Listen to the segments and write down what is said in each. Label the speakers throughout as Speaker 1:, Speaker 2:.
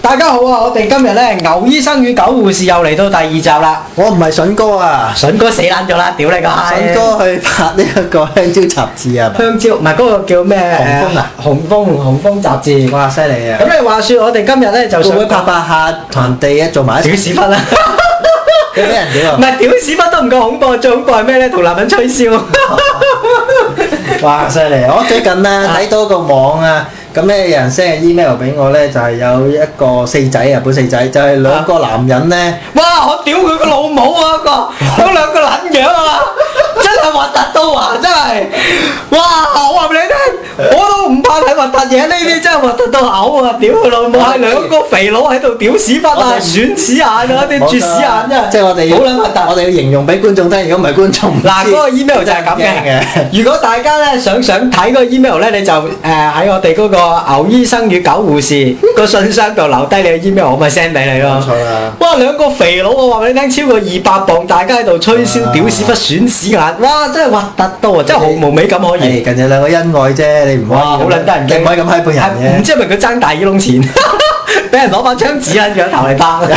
Speaker 1: 大家好啊！我哋今日咧牛醫生與狗護士又嚟到第二集啦。
Speaker 2: 我唔係筍哥啊，
Speaker 1: 筍哥死撚咗啦，屌你個閪！
Speaker 2: 筍哥去拍呢一個香蕉雜 誌啊，
Speaker 1: 香蕉唔係嗰個叫咩？
Speaker 2: 紅峰啊
Speaker 1: 誒紅峰紅峰雜誌。
Speaker 2: 哇犀利啊！
Speaker 1: 咁你話説，我哋今日咧就
Speaker 2: 會
Speaker 1: 想
Speaker 2: 唔會拍拍下同人哋做埋一
Speaker 1: 屌
Speaker 2: 齊？
Speaker 1: 屎忽啊啦！
Speaker 2: 你俾人屌
Speaker 1: 唔
Speaker 2: 啊！
Speaker 1: 係屌屎忽都唔夠恐怖，最恐怖係咩咧？同男人吹簫。
Speaker 2: 哇犀利！我最近咧睇到個網啊，咁咧有人 send email 俾我咧，就係有一個四仔日本四仔，就係兩個男人咧，
Speaker 1: 哇！我屌佢個老母啊！ 個嗰兩個撚樣啊！真係核突到啊！真係，哇！我話俾你聽，我都唔怕睇核突嘢，呢啲真係核突到嘔啊！屌佢老母，係兩個肥佬喺度屌屎忽啊，
Speaker 2: 我哋
Speaker 1: 損屎眼啊，啲絕屎眼真係，
Speaker 2: 即係我哋要
Speaker 1: 好撚核突。
Speaker 2: 我哋要形容俾觀眾聽，如果唔係觀眾唔知
Speaker 1: 嗱，嗰個 email 就係咁嘅
Speaker 2: 嘅。。
Speaker 1: 如果大家咧想想睇嗰個 email 咧，你就誒喺我哋嗰個牛醫生與狗護士個信箱度留低你嘅 email，我咪 send 俾你咯。
Speaker 2: 嗯冇錯啦
Speaker 1: 哇，兩個肥佬，我話俾你聽，超過二百磅，大家喺度吹簫、
Speaker 2: 啊
Speaker 1: 屌屎忽、損屎眼，哇！真係核突到啊，真係毫無美感可
Speaker 2: 係
Speaker 1: 言。
Speaker 2: 近日兩個恩愛啫，你唔可以
Speaker 1: 哇，好撚得人
Speaker 2: 你
Speaker 1: 驚，
Speaker 2: 唔可以咁批判
Speaker 1: 係唔
Speaker 2: 人嘅。
Speaker 1: 知係咪佢爭大耳窿錢， 俾人攞把槍指撚住個頭嚟拍。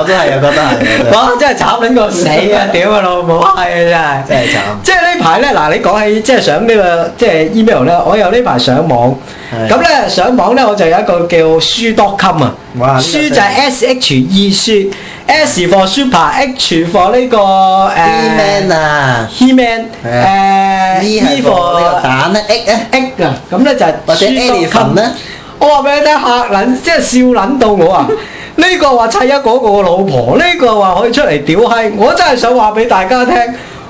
Speaker 2: 我真係又覺得 係。
Speaker 1: 哇！真係慘撚過死啊！ 屌啊老母，係啊真係
Speaker 2: 真係慘
Speaker 1: 即係呢排咧，嗱你講起即係上呢個即係 email 咧，我有呢排上網，
Speaker 2: 係
Speaker 1: 咁咧上網咧我就有一個叫書 .com 啊，
Speaker 2: 哇呢個
Speaker 1: 書
Speaker 2: 真係
Speaker 1: 就係 S H E 書，S for super，H for 呢個
Speaker 2: B-man
Speaker 1: 誒
Speaker 2: 啊
Speaker 1: He-Man，
Speaker 2: 係
Speaker 1: 誒
Speaker 2: 啊，E 係
Speaker 1: E
Speaker 2: 個呢個
Speaker 1: for
Speaker 2: 蛋咧，X 咧
Speaker 1: egg 啊，咁咧就係
Speaker 2: 或者
Speaker 1: 書
Speaker 2: elephant 咧，
Speaker 1: 我話俾你聽，嚇撚即係笑撚到我 啊！呢個話砌一嗰個老婆，呢、個話可以出嚟屌閪，我真係想話俾大家聽，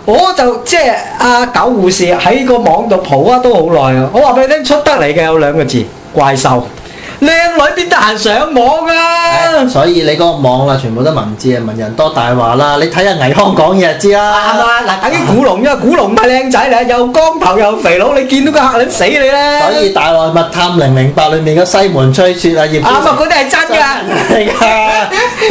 Speaker 1: 我就即係阿狗護士喺個網度蒲啊都好耐啊！我話俾你聽，出得嚟嘅有兩個字，怪獸。靚女邊得閒上網啊？
Speaker 2: 所以你嗰個網啦，全部都文字啊，文人多大話啦。你睇下倪匡講嘢就知
Speaker 1: 啱
Speaker 2: 啦。
Speaker 1: 啦，嗱，等於古龍，因為古龍唔係靚仔嚟，又光頭又肥佬，你見到佢嚇撚死你咧。
Speaker 2: 啊所以《大內密探零零八》裏面嘅西門吹雪啊，葉
Speaker 1: 啱啊，嗰啲係真㗎。
Speaker 2: 真係 㗎。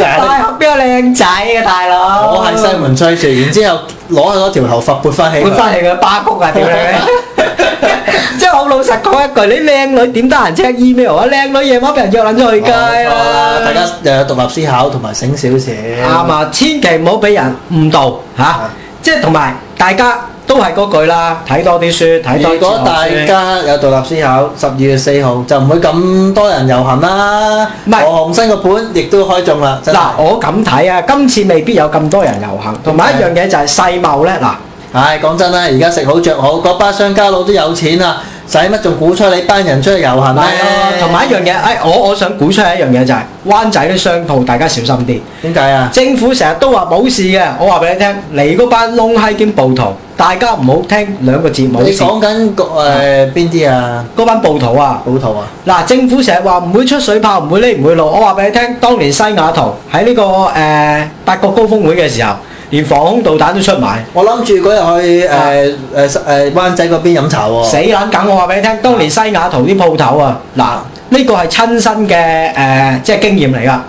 Speaker 1: 大學邊有靚仔嘅大佬？
Speaker 2: 我係西門吹雪，然之後攞咗條頭髮撥翻起佢。
Speaker 1: 換翻嚟嘅巴谷啊！屌 你！即係我老實講一句，你靚女點得閒 check email 啊？靚女夜晚俾人約撚咗去街啊
Speaker 2: Ờ,
Speaker 1: 啦！
Speaker 2: 大家誒獨立思考同埋醒少少。
Speaker 1: 啱啊！千祈唔好俾人誤導嚇
Speaker 2: 啊，
Speaker 1: 即係同埋大家都係嗰句啦，睇多啲書，睇多啲
Speaker 2: 如果大
Speaker 1: 哲學書
Speaker 2: 家有獨立思考，十二月四號就唔會咁多人遊行啦。
Speaker 1: 唔係
Speaker 2: 我紅星個盤亦都開中啦。真係
Speaker 1: 嗱，，我咁睇啊，今次未必有咁多人遊行，同埋一樣嘢就係世貿咧嗱。
Speaker 2: 唉，講真啦，而家食好着好，嗰班商家佬都有錢啦，使乜仲鼓吹你班人出去遊行
Speaker 1: 係
Speaker 2: 咧
Speaker 1: 啊，？同埋一樣嘢，誒，我我想鼓吹一樣嘢就係灣仔啲商鋪，大家小心啲。
Speaker 2: 點解啊？
Speaker 1: 政府成日都話冇事嘅，我話俾你聽，你嗰班窿閪兼暴徒，大家唔好聽兩個字冇
Speaker 2: 你
Speaker 1: 事。
Speaker 2: 講緊個誒邊啲啊？
Speaker 1: 嗰班暴徒啊，
Speaker 2: 暴徒啊？
Speaker 1: 嗱，政府成日話唔會出水炮，唔會呢唔會路，我話俾你聽，當年西雅圖喺呢、個誒、呃八國高峰會嘅時候，連防空導彈都出埋。
Speaker 2: 我諗住嗰日去誒誒誒灣仔嗰邊飲茶喎。
Speaker 1: 啊死撚梗！我話俾你聽，當年西雅圖啲鋪頭啊，嗱，呢個係親身嘅誒、呃即係經驗嚟噶。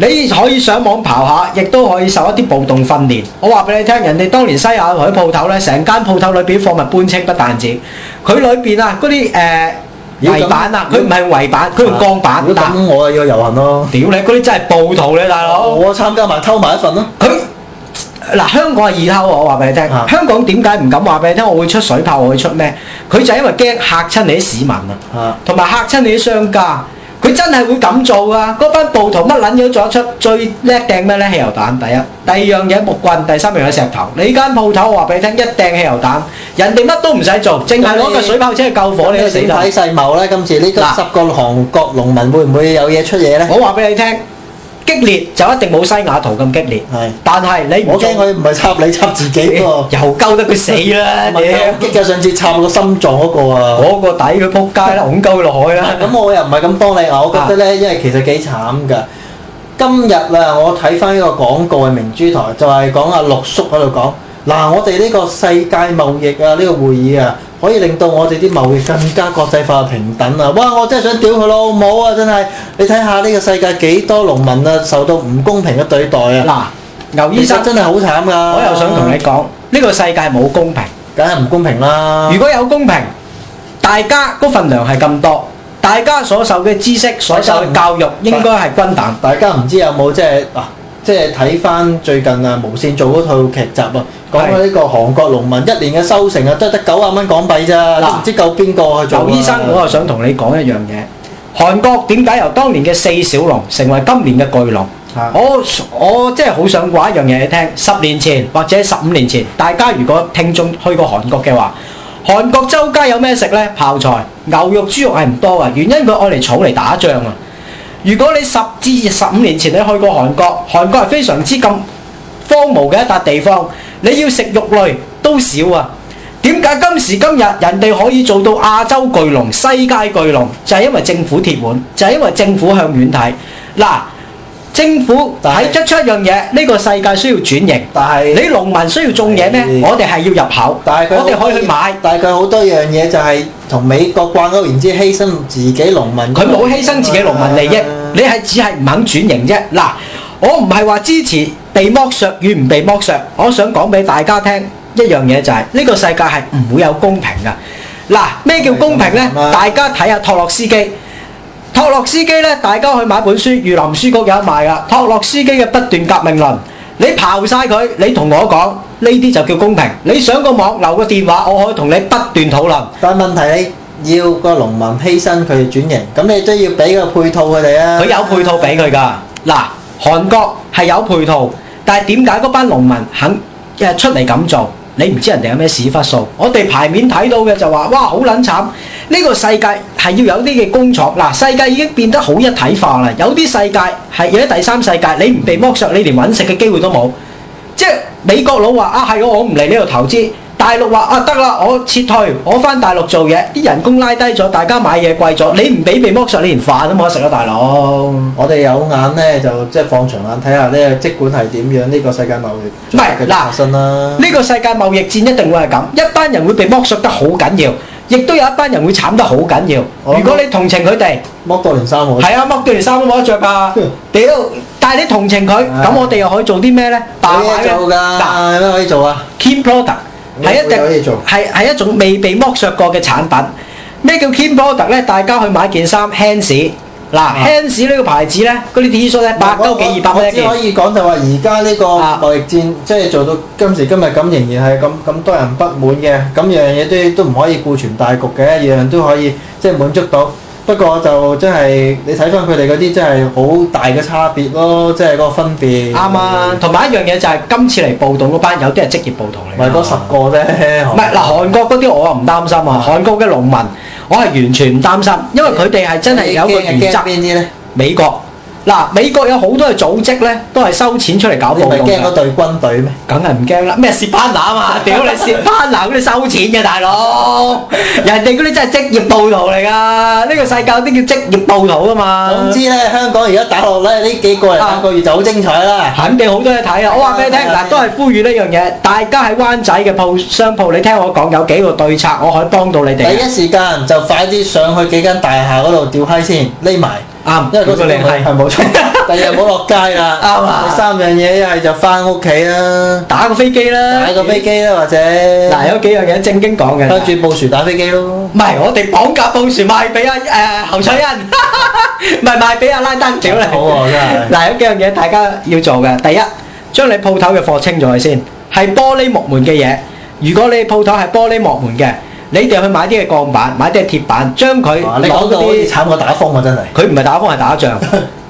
Speaker 1: 你可以上網刨下，亦都可以受一啲暴動訓練。我話俾你聽，人哋當年西雅圖啲鋪頭咧，成間鋪頭裏邊貨物搬清不但止，佢裏邊啊嗰啲誒
Speaker 2: 如果咁
Speaker 1: 圍板啊，佢唔係用圍板，佢用鋼板
Speaker 2: 啊如果
Speaker 1: 打。
Speaker 2: 咁我就要遊行咯。
Speaker 1: 屌你，嗰啲真係暴徒咧，大佬！
Speaker 2: 我參加埋偷埋一份咯。
Speaker 1: 佢嗱香港係易偷啊！我話俾你聽，
Speaker 2: 啊
Speaker 1: 香港點解唔敢話俾你聽？我會出水炮，我會出咩？佢就係因為驚嚇親你啲市民啊
Speaker 2: 啊，
Speaker 1: 同埋嚇親你啲商家。佢真係會咁做啊！嗰班暴徒乜撚嘢都做得出，最叻掟咩咧？汽油彈第一，第二樣嘢木棍，第三樣嘢石頭。你間鋪頭我話俾你聽，一掟汽油彈，人哋乜都唔使做，淨係攞個水炮車去救火，你都死
Speaker 2: 點
Speaker 1: 啦
Speaker 2: 睇！世貿咧？今次呢個
Speaker 1: 嗱
Speaker 2: 十個韓國農民會唔會有嘢出嘢咧？
Speaker 1: 我話俾你聽，激烈就一定冇西雅圖咁激烈，
Speaker 2: 係
Speaker 1: 但係你唔
Speaker 2: 我
Speaker 1: 做
Speaker 2: 驚佢唔係插你插自己 喎，唔
Speaker 1: 又鳩得佢死啦！哎屌，
Speaker 2: 係我激嘅上次插我個心臟嗰個啊！
Speaker 1: 我個底佢撲街啦，拱鳩佢落海 啦！
Speaker 2: 咁我又唔係咁幫你，我覺得咧，因為其實幾慘㗎。今日啊，我睇翻呢個廣告嘅明珠台，就係講阿陸叔喺度講，嗱，我哋呢個世界貿易啊，呢、個會議啊，可以令到我哋啲貿易更加國際化平等啊！哇，我真係想屌佢老母啊！真係，你睇下呢個世界幾多農民啊，受到唔公平嘅對待啊！
Speaker 1: 嗱，牛醫
Speaker 2: 醫生
Speaker 1: 生，
Speaker 2: 真係好慘㗎。
Speaker 1: 我
Speaker 2: 我
Speaker 1: 又想同你，講，呢個世界冇公平。
Speaker 2: 梗係唔公平啦
Speaker 1: 如。果有公平，大家嗰份糧係咁多，大家所受嘅知識、所受嘅教育應該係均等。
Speaker 2: 大家唔知有冇即係嗱，即係睇翻最近啊無線做嗰套劇集啊，講
Speaker 1: 係
Speaker 2: 緊呢個韓國農民一年嘅收成啊，都係得九啊蚊港幣咋，
Speaker 1: 嗱
Speaker 2: 都唔知夠邊個去做啊。
Speaker 1: 劉醫生，我又想同你講一樣嘢。韓國點解由當年嘅四小龍成為今年嘅巨龍？
Speaker 2: 啊
Speaker 1: 我我即係好想話一樣嘢你聽。十年前或者十五年前，大家如果聽眾去過韓國嘅話，韓國周街有咩食呢？泡菜、牛肉、豬肉係唔多嘅，原因佢愛嚟草嚟打仗啊！如果你十至十五年前你去過韓國，韓國係非常之咁荒蕪嘅一笪地方，你要食肉類都少啊。點解今時今日人哋可以做到亞洲巨龍、世界巨龍，就係、因為政府鐵腕，就係、因為政府向遠睇。嗱，政府
Speaker 2: 但係
Speaker 1: 睇得出一樣嘢，呢、個世界需要轉型。
Speaker 2: 但係
Speaker 1: 你農民需要種嘢咩？
Speaker 2: 係
Speaker 1: 我哋係要入口，
Speaker 2: 但係佢
Speaker 1: 我哋
Speaker 2: 好
Speaker 1: 可
Speaker 2: 多
Speaker 1: 以去買。
Speaker 2: 但係佢好多樣嘢就係同美國掛鈎，然之後犧牲自己農民。啊
Speaker 1: 佢冇犧牲自己農民利益，你係只係唔肯轉型啫。嗱，我唔係話支持被剝削與唔被剝削，我想講俾大家聽一樣嘢就係、呢、個世界係唔會有公平噶。嗱，咩叫公平
Speaker 2: 係咁
Speaker 1: 呢？
Speaker 2: 啊
Speaker 1: 大家睇下托洛斯基。托洛斯基咧，大家去買本書，御林書局有得賣噶。托洛斯基嘅《不斷革命論》，你刨晒佢，你同我講呢啲就叫公平。你上個網留個電話，我可以同你不斷討論。
Speaker 2: 但係問題你要個農民犧牲佢轉型，咁你都要俾個配套佢哋啊。
Speaker 1: 佢有配套俾佢㗎。嗱，韓國係有配套，但係點解嗰班農民肯誒出嚟咁做？你唔知人哋有咩屎忽數？我哋牌面睇到嘅就話，哇，好撚慘！呢個世界係要有啲嘅工廠，嗱，世界已經變得好一體化啦。有啲世界係有啲第三世界，你唔被剝削，你連揾食嘅機會都冇。即係美國佬話啊，係我唔嚟呢度投資。大陸話啊得啦，我撤退，我翻大陸做嘢，啲人工拉低咗，大家買嘢貴咗，你唔俾被剝削，你連飯都冇得食啦，大佬。
Speaker 2: 哦我哋有眼咧，就即係放長眼睇下呢個即管係點樣呢個世界貿易
Speaker 1: 唔係
Speaker 2: 嘅
Speaker 1: 嗱
Speaker 2: 發生啦。
Speaker 1: 呢個世界貿易戰一定會係咁，一班人會被剝削得好緊要，亦都有一班人會慘得好緊要。
Speaker 2: 我
Speaker 1: 如果你同情佢哋，
Speaker 2: 剝到連衫我都
Speaker 1: 係啊，剝到件衫都冇得着 㗎，屌！但係你同情佢，
Speaker 2: 唉
Speaker 1: 咁我哋又可以做啲咩呢？
Speaker 2: 有
Speaker 1: 大把
Speaker 2: 嘢
Speaker 1: 嘅
Speaker 2: 做
Speaker 1: 嗱
Speaker 2: 㗎，有咩可以做啊？
Speaker 1: ，Kim product 係一
Speaker 2: 有嘢
Speaker 1: 定
Speaker 2: 做
Speaker 1: 係係一種未被剝削過嘅產品。咩叫 Kim product 呢？大家去買件衫 Hans 嗱
Speaker 2: 啊
Speaker 1: ，Hans 呢個牌子呢，嗰啲 T 恤呢，百鳩幾二百蚊一件
Speaker 2: 我。只可以講就話而家呢個
Speaker 1: 啊
Speaker 2: 貿易戰，即係做到今時今日咁，仍然係咁咁多人不滿嘅，咁樣樣嘢都都唔可以顧全大局嘅，樣樣都可以即係滿足到。不過就真係你睇翻佢哋嗰啲，真係好大嘅差別咯，即係嗰個分別。
Speaker 1: 啱啊！同埋一樣嘢就係今次嚟暴動嗰班有啲係職業暴徒嚟㗎。
Speaker 2: 咪嗰十嗯個啫，
Speaker 1: 唔係嗱，韓國嗰啲我又唔擔心啊，韓國嘅農民我係完全唔擔心，因為佢哋係真係有一個原則
Speaker 2: 驚。邊啲咧？
Speaker 1: 美國嗱，美國有好多嘅組織咧，都係收錢出嚟搞
Speaker 2: 你
Speaker 1: 暴
Speaker 2: 咪
Speaker 1: 動
Speaker 2: 驚
Speaker 1: 嘅
Speaker 2: 嗰隊軍隊咩？
Speaker 1: 梗係唔驚啦！咩薛班拿啊嘛， 屌你薛班拿嗰啲收錢嘅大佬， 人哋嗰啲真係職業暴徒嚟㗎，呢個世界有啲叫職業暴徒啊嘛。
Speaker 2: 總之咧，香港而家打落咧，呢幾個嚟兩個月就好精彩啦。
Speaker 1: 肯定好多嘢睇啊！我話俾你聽，
Speaker 2: 係啊
Speaker 1: 嗱都係呼籲呢樣嘢，大家喺灣仔嘅鋪商鋪，你聽我講有幾個對策，我可以幫到你
Speaker 2: 第
Speaker 1: 哋
Speaker 2: 一
Speaker 1: 嘅。
Speaker 2: 時間就快啲上去幾間大廈嗰度吊閪先，匿埋，
Speaker 1: 啱，
Speaker 2: 因為嗰
Speaker 1: 個
Speaker 2: 個
Speaker 1: 靚
Speaker 2: 係
Speaker 1: 係
Speaker 2: 冇 錯。第二日唔好落街啦。
Speaker 1: 啱啊
Speaker 2: 第三樣嘢一係就翻屋企啦，
Speaker 1: 打個飛機啦，
Speaker 2: 打個飛。機啦，或者
Speaker 1: 嗱
Speaker 2: 嗱
Speaker 1: 有幾樣嘢正經講嘅，
Speaker 2: 向
Speaker 1: 唔
Speaker 2: 住布殊打飛機咯。
Speaker 1: 係我哋綁架布船賣俾阿誒侯彩恩， 唔係賣俾阿拉登屌你。
Speaker 2: 好喎真係
Speaker 1: 嗱有幾樣嘢大家要做嘅，第一將你鋪頭嘅貨清咗佢先，係玻璃木門嘅嘢。如果你鋪頭係玻璃幕門嘅，你哋去買啲嘅鋼板，買啲嘅鐵板，將佢
Speaker 2: 哇
Speaker 1: 攞
Speaker 2: 你講
Speaker 1: 嗰
Speaker 2: 到好
Speaker 1: 啲
Speaker 2: 似。慘過打風啊，真係。
Speaker 1: 佢唔係打風係打 仗，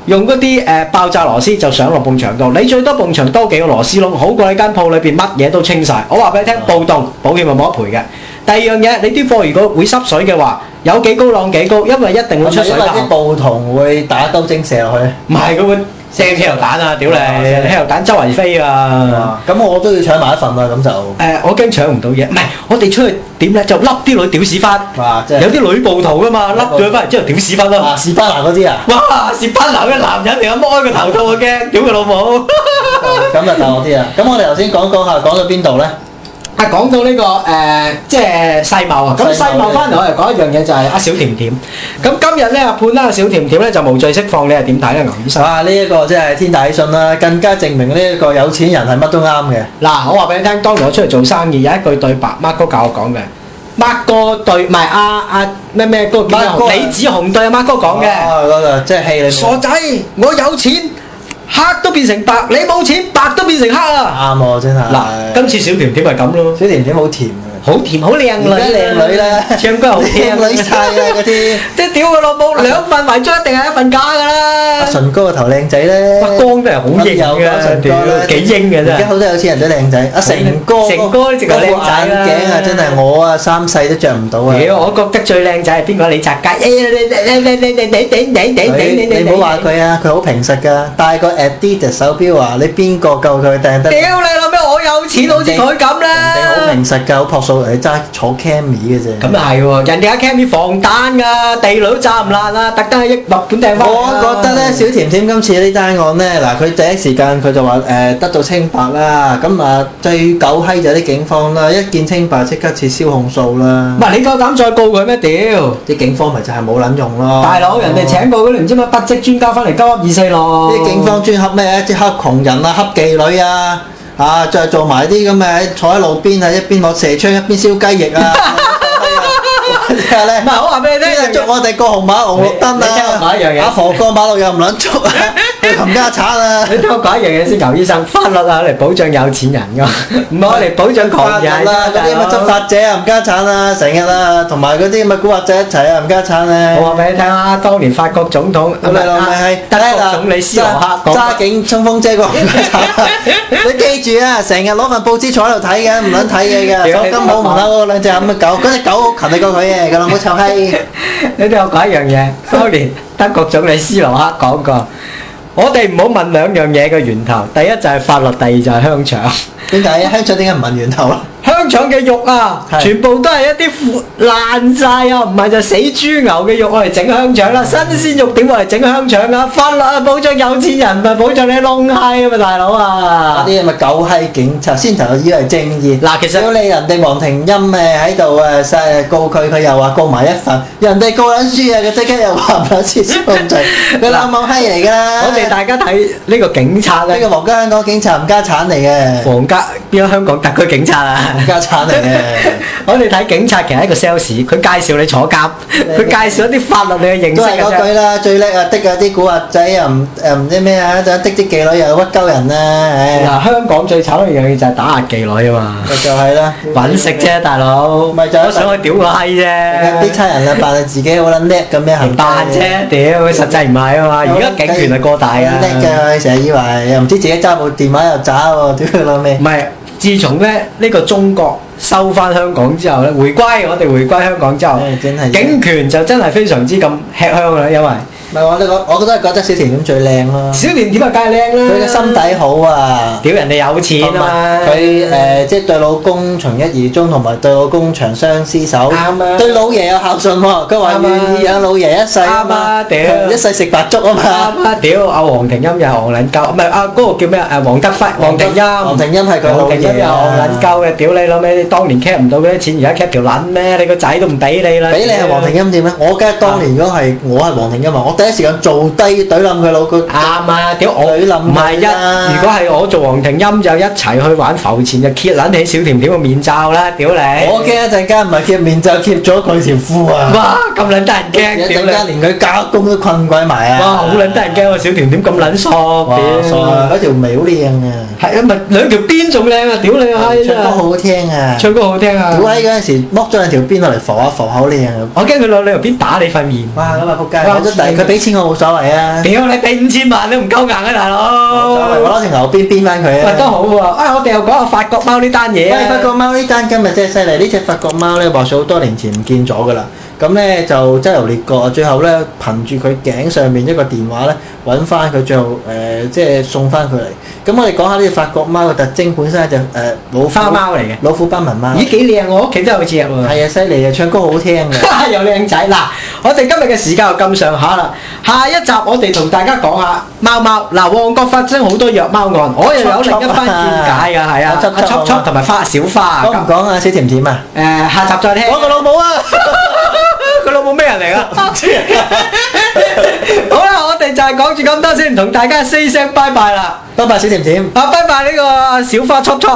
Speaker 1: 用嗰啲誒爆炸螺絲就上落埲牆度，你最多埲牆多幾個螺絲窿，好過你間鋪裏邊乜嘢都清晒。我話俾你聽，暴動保險係冇得賠嘅。第二樣嘢，你啲貨如果會濕水嘅話，有幾高浪幾高，因為一定會出水
Speaker 2: 係因為啲
Speaker 1: 㗎。
Speaker 2: 暴徒會打鳩精射落去。
Speaker 1: 唔係佢會掟汽油彈啊！屌你，汽油彈周圍飛啊！
Speaker 2: 咁我都要搶埋一份啦，咁就
Speaker 1: 誒、我驚搶唔到嘢，唔係我哋出去點咧就笠啲女屌屎忽，
Speaker 2: 哇，即係
Speaker 1: 有啲女暴徒㗎嘛，笠咗佢翻嚟之後屌屎忽咯。
Speaker 2: 啊士巴拿嗰 啲啊，
Speaker 1: 哇！是班男嘅男人嚟，咁開個頭套我驚，屌佢老 母！
Speaker 2: 咁就大我啲啊。咁我哋頭先講講下，講到邊度咧？
Speaker 1: 啊，講到呢、個誒、即係世貿啊，咁世
Speaker 2: 世貿
Speaker 1: 貿翻嚟我嚟講一樣嘢就係阿小甜甜。咁今日咧，阿判啦，阿小甜甜咧就無罪釋放，你係點睇咧，牛醫生？
Speaker 2: 啊！呢、一個真係天大喜訊啦，更加證明呢一個有錢人係乜都啱嘅。
Speaker 1: 嗱，我話俾你聽，當年我出嚟做生意有一句對白，Mark 哥教我講嘅，孖哥對唔係阿阿咩咩嗰個叫咩
Speaker 2: 孖哥
Speaker 1: 李子雄對阿孖哥講嘅。
Speaker 2: 啊嗰個即係戲裏
Speaker 1: 傻
Speaker 2: 面
Speaker 1: 仔，我有錢，黑都變成白；你冇錢，白都變成黑啦。
Speaker 2: 啱喎，真係。
Speaker 1: 嗱，今次小甜甜咪咁咯，
Speaker 2: 小甜甜好甜啊，
Speaker 1: 好甜好靚女，
Speaker 2: 而家靚女啦，
Speaker 1: 唱歌好聽
Speaker 2: 靚女 晒啊嗰啲，
Speaker 1: 即係屌佢老母，兩份遺囑一定係一份假㗎
Speaker 2: 阿
Speaker 1: 啦。
Speaker 2: 唇哥個頭靚仔咧，
Speaker 1: 北光都係好型㗎，屌幾英㗎
Speaker 2: 而家
Speaker 1: 真係。
Speaker 2: 好多有錢人都靚仔，阿成哥嗰
Speaker 1: 成
Speaker 2: 個
Speaker 1: 哥呢直頭靚仔啦
Speaker 2: 嗰副眼鏡啊，真係我啊三世都着唔到啊！
Speaker 1: 屌，我覺得最靚仔係邊個？李澤楷。你你你你你你你你你
Speaker 2: 你
Speaker 1: 你
Speaker 2: 你唔好話。佢啊，佢好平實㗎，戴個 Adidas 手錶啊，你邊個夠佢掟
Speaker 1: 屌
Speaker 2: 得？
Speaker 1: 你老母，我有錢好似佢咁啦。
Speaker 2: 人哋好平實㗎，好樸素，你揸坐 Camry 嘅啫。
Speaker 1: 咁又係喎，人哋喺 Cammy 防彈㗎，地雷都炸唔爛啊，特登喺一墨本掟翻。
Speaker 2: 我覺得咧，小甜甜今次呢單案咧，嗱佢第一時間佢就話誒、得到清白啦，咁啊最狗閪就係啲警方啦，一見清白即刻撤銷控訴啦
Speaker 1: 唔，係你夠膽再告佢咩？屌，
Speaker 2: 啲警方咪就係冇撚用咯。
Speaker 1: 大佬，人哋請過嗰啲唔知乜筆跡專家翻嚟鳩噏二四六。
Speaker 2: 啲警方專恰咩？即恰窮人啊，恰妓女啊，啊再做埋啲咁嘅坐喺路邊啊，一邊攞射槍一邊燒雞翼啊，即係咧
Speaker 1: 唔。係，我話俾你聽，
Speaker 2: 邊日捉我哋過紅馬紅綠燈
Speaker 1: 你你聽我
Speaker 2: 啊
Speaker 1: 講一樣！嘢
Speaker 2: 阿婆過馬路又唔撚捉 啊，去冚家產啊！
Speaker 1: 你聽我講一樣嘢先，牛醫生，法律啊嚟保障有錢人㗎，唔係我嚟保障
Speaker 2: 法
Speaker 1: 窮
Speaker 2: 律
Speaker 1: 人啊㗎
Speaker 2: 啦，嗰啲咁嘅執。法者啊、冚家產啊，成日啊，同埋嗰啲咁嘅古惑仔一齊啊、冚家產
Speaker 1: 大
Speaker 2: 咧
Speaker 1: 佬。我話俾你聽啊，當年法國總統
Speaker 2: 咁你老味係
Speaker 1: 啊德國總理斯洛克
Speaker 2: 揸
Speaker 1: 講
Speaker 2: 揸警衝鋒車過 冚家產啊 你記住啊，成日攞份報紙坐喺度睇嘅，唔撚睇嘢嘅。
Speaker 1: 屌
Speaker 2: 手
Speaker 1: 你
Speaker 2: 金好唔嬲嗰兩隻咁嘅 狗，嗰只狗好勤力過佢嘅，佢老母臭閪。
Speaker 1: 你聽我講一樣嘢，當年德國總理斯洛克講過，我哋唔好問兩樣嘢嘅源頭，第一就係法律，第二就係香腸。
Speaker 2: 點解啊？香腸點解唔問源頭啦？
Speaker 1: 香腸嘅肉啊，
Speaker 2: 係
Speaker 1: 全部都係一啲腐爛晒啊，唔係就死豬牛嘅肉我嚟整香腸
Speaker 2: 嗯
Speaker 1: 啦，新鮮肉點我嚟整香腸啊？法律啊，保障有錢人，咪保障你窿閪啊嘛，大佬
Speaker 2: 嗰
Speaker 1: 啊！
Speaker 2: 啲咁嘅狗閪警察，先頭以為正義。
Speaker 1: 嗱其實
Speaker 2: 屌你人哋黃庭欣誒喺度誒實告佢，佢又話告埋一份，人哋告撚輸啊，佢即刻又話唔撚輸輸咁滯，佢老母閪嚟㗎啦！
Speaker 1: 我哋大家睇呢個警察
Speaker 2: 呢個
Speaker 1: 咧，
Speaker 2: 皇家香港警察唔家產嚟嘅，
Speaker 1: 皇家變咗香港特區警察 啊！
Speaker 2: 唔家產嚟嘅，
Speaker 1: 我哋睇警察其實係一個 sales，佢介紹你坐 監，佢介紹一啲法律你嘅認
Speaker 2: 都
Speaker 1: 識
Speaker 2: 係
Speaker 1: 嘅
Speaker 2: 嗰句
Speaker 1: 啫。
Speaker 2: 啦，最叻啊的啊啲古惑仔又唔誒唔知咩啊，就的啲妓女又屈鳩人啦，唉，
Speaker 1: 嗱，香港最慘一樣嘢就係打壓妓女啊嘛，
Speaker 2: 咪就係啦，
Speaker 1: 揾食啫，大佬。
Speaker 2: 咪就係
Speaker 1: 我想去屌個閪
Speaker 2: 啲
Speaker 1: 啫，
Speaker 2: 差人啊扮到自己好撚叻咁樣行街
Speaker 1: 扮啫，屌，實際唔係啊嘛。而家警權係過大啊。
Speaker 2: 叻㗎，成日以為又唔知自己揸部電話又渣喎，屌佢老味
Speaker 1: 唔！係，自從咧呢個中國收翻香港之後咧，回歸我哋回歸香港之後，
Speaker 2: 唉真係
Speaker 1: 警權就真係非常之咁吃香啦，因為
Speaker 2: 唔係我呢個，我覺得覺得小甜甜最靚咯，
Speaker 1: 小年點啊，梗係靚啦。
Speaker 2: 佢嘅心底好啊，
Speaker 1: 屌人哋有錢
Speaker 2: 同
Speaker 1: 啊嘛
Speaker 2: 埋。佢誒即係對老公從一而終，同埋對老公長相廝守，
Speaker 1: 啱啊
Speaker 2: 對老爺有孝順喎，佢話
Speaker 1: 啱啊
Speaker 2: 願意養老爺一世
Speaker 1: 啱啊
Speaker 2: 嘛，
Speaker 1: 屌
Speaker 2: 一世食白粥啊嘛。
Speaker 1: 啱啊！屌阿黃庭欣又係黃撚鳩，唔係啊嗰個叫咩啊？誒黃德輝、黃庭欣、
Speaker 2: 黃庭欣係佢老
Speaker 1: 黃庭欣
Speaker 2: 爺
Speaker 1: 又
Speaker 2: 啊
Speaker 1: 黃撚鳩嘅，屌你老味！你當年 cap 唔到嗰啲錢，而家 cap 條撚咩？你個仔都唔俾你啦！
Speaker 2: 俾你係黃庭欣點咧？我梗係當年如果係我係黃庭欣啊，我第一時間做低懟冧佢老公。
Speaker 1: 啱啊！屌我
Speaker 2: 女冧
Speaker 1: 唔係一，
Speaker 2: 佢啦
Speaker 1: 如果係我做黃庭欣就一齊去玩浮潛，就揭撚起小甜甜個面罩啦！屌你！
Speaker 2: 我驚一陣間唔係揭面罩，揭咗佢條褲啊！
Speaker 1: 哇咁撚得
Speaker 2: 一
Speaker 1: 人驚，
Speaker 2: 陣
Speaker 1: 屌
Speaker 2: 間
Speaker 1: 你！
Speaker 2: 連佢家公都困鬼埋啊！
Speaker 1: 哇好撚得人驚喎！小甜甜咁撚索，
Speaker 2: 哇！
Speaker 1: 屌
Speaker 2: 傻啊！嗰條尾好靚啊！
Speaker 1: 係啊！咪兩條邊仲靚啊！屌你個閪
Speaker 2: 唱歌好
Speaker 1: 啊！
Speaker 2: 好聽啊！
Speaker 1: 唱歌好聽啊！
Speaker 2: 屌閪嗰陣時，剝咗兩條邊落嚟浮下浮下好靚啊！
Speaker 1: 我驚佢兩兩條邊打你塊面。
Speaker 2: 哇！咁啊仆
Speaker 1: 哇
Speaker 2: 街，我都但係佢俾錢我冇所謂啊！
Speaker 1: 屌你俾五千萬都唔夠硬啊，大佬！
Speaker 2: 我攞條牛鞭鞭翻佢
Speaker 1: 喂都
Speaker 2: 啊！
Speaker 1: 好喎，啊我哋又講下法國貓呢單嘢
Speaker 2: 喂，法
Speaker 1: 啊！
Speaker 2: 國貓呢單今日真係犀利！呢只法國貓咧，話說好多年前唔見咗噶啦，咁咧就周遊列國，最後咧憑住佢頸上面一個電話咧，揾翻佢，最後誒、呃即係送翻佢嚟。咁我哋講下呢只法國貓嘅特徵，本身係只誒老虎
Speaker 1: 花貓嚟嘅，
Speaker 2: 老虎斑紋貓，啊
Speaker 1: 咦幾靚，我屋企都有隻喎。
Speaker 2: 係啊，犀利啊，唱歌好聽嘅。
Speaker 1: 又靚仔嗱，我哋今日嘅時間又咁上下啦，下一集我哋同大家講下貓貓嗱，旺角發生好多虐貓案，我又有另一番見解㗎，係啊，
Speaker 2: 阿
Speaker 1: 阿
Speaker 2: 輯輯啊
Speaker 1: 輯輯同埋花小花
Speaker 2: 講唔
Speaker 1: 啊，
Speaker 2: 講啊？小甜甜啊？
Speaker 1: 誒下集再聽。
Speaker 2: 講個老母啊！
Speaker 1: 佢老母咩人嚟 啊？好啦，我哋就係講住咁多先，同大家 say 聲拜拜啦。À,
Speaker 2: 多謝小甜甜。
Speaker 1: ờ, 啊，拜拜呢個小花速速。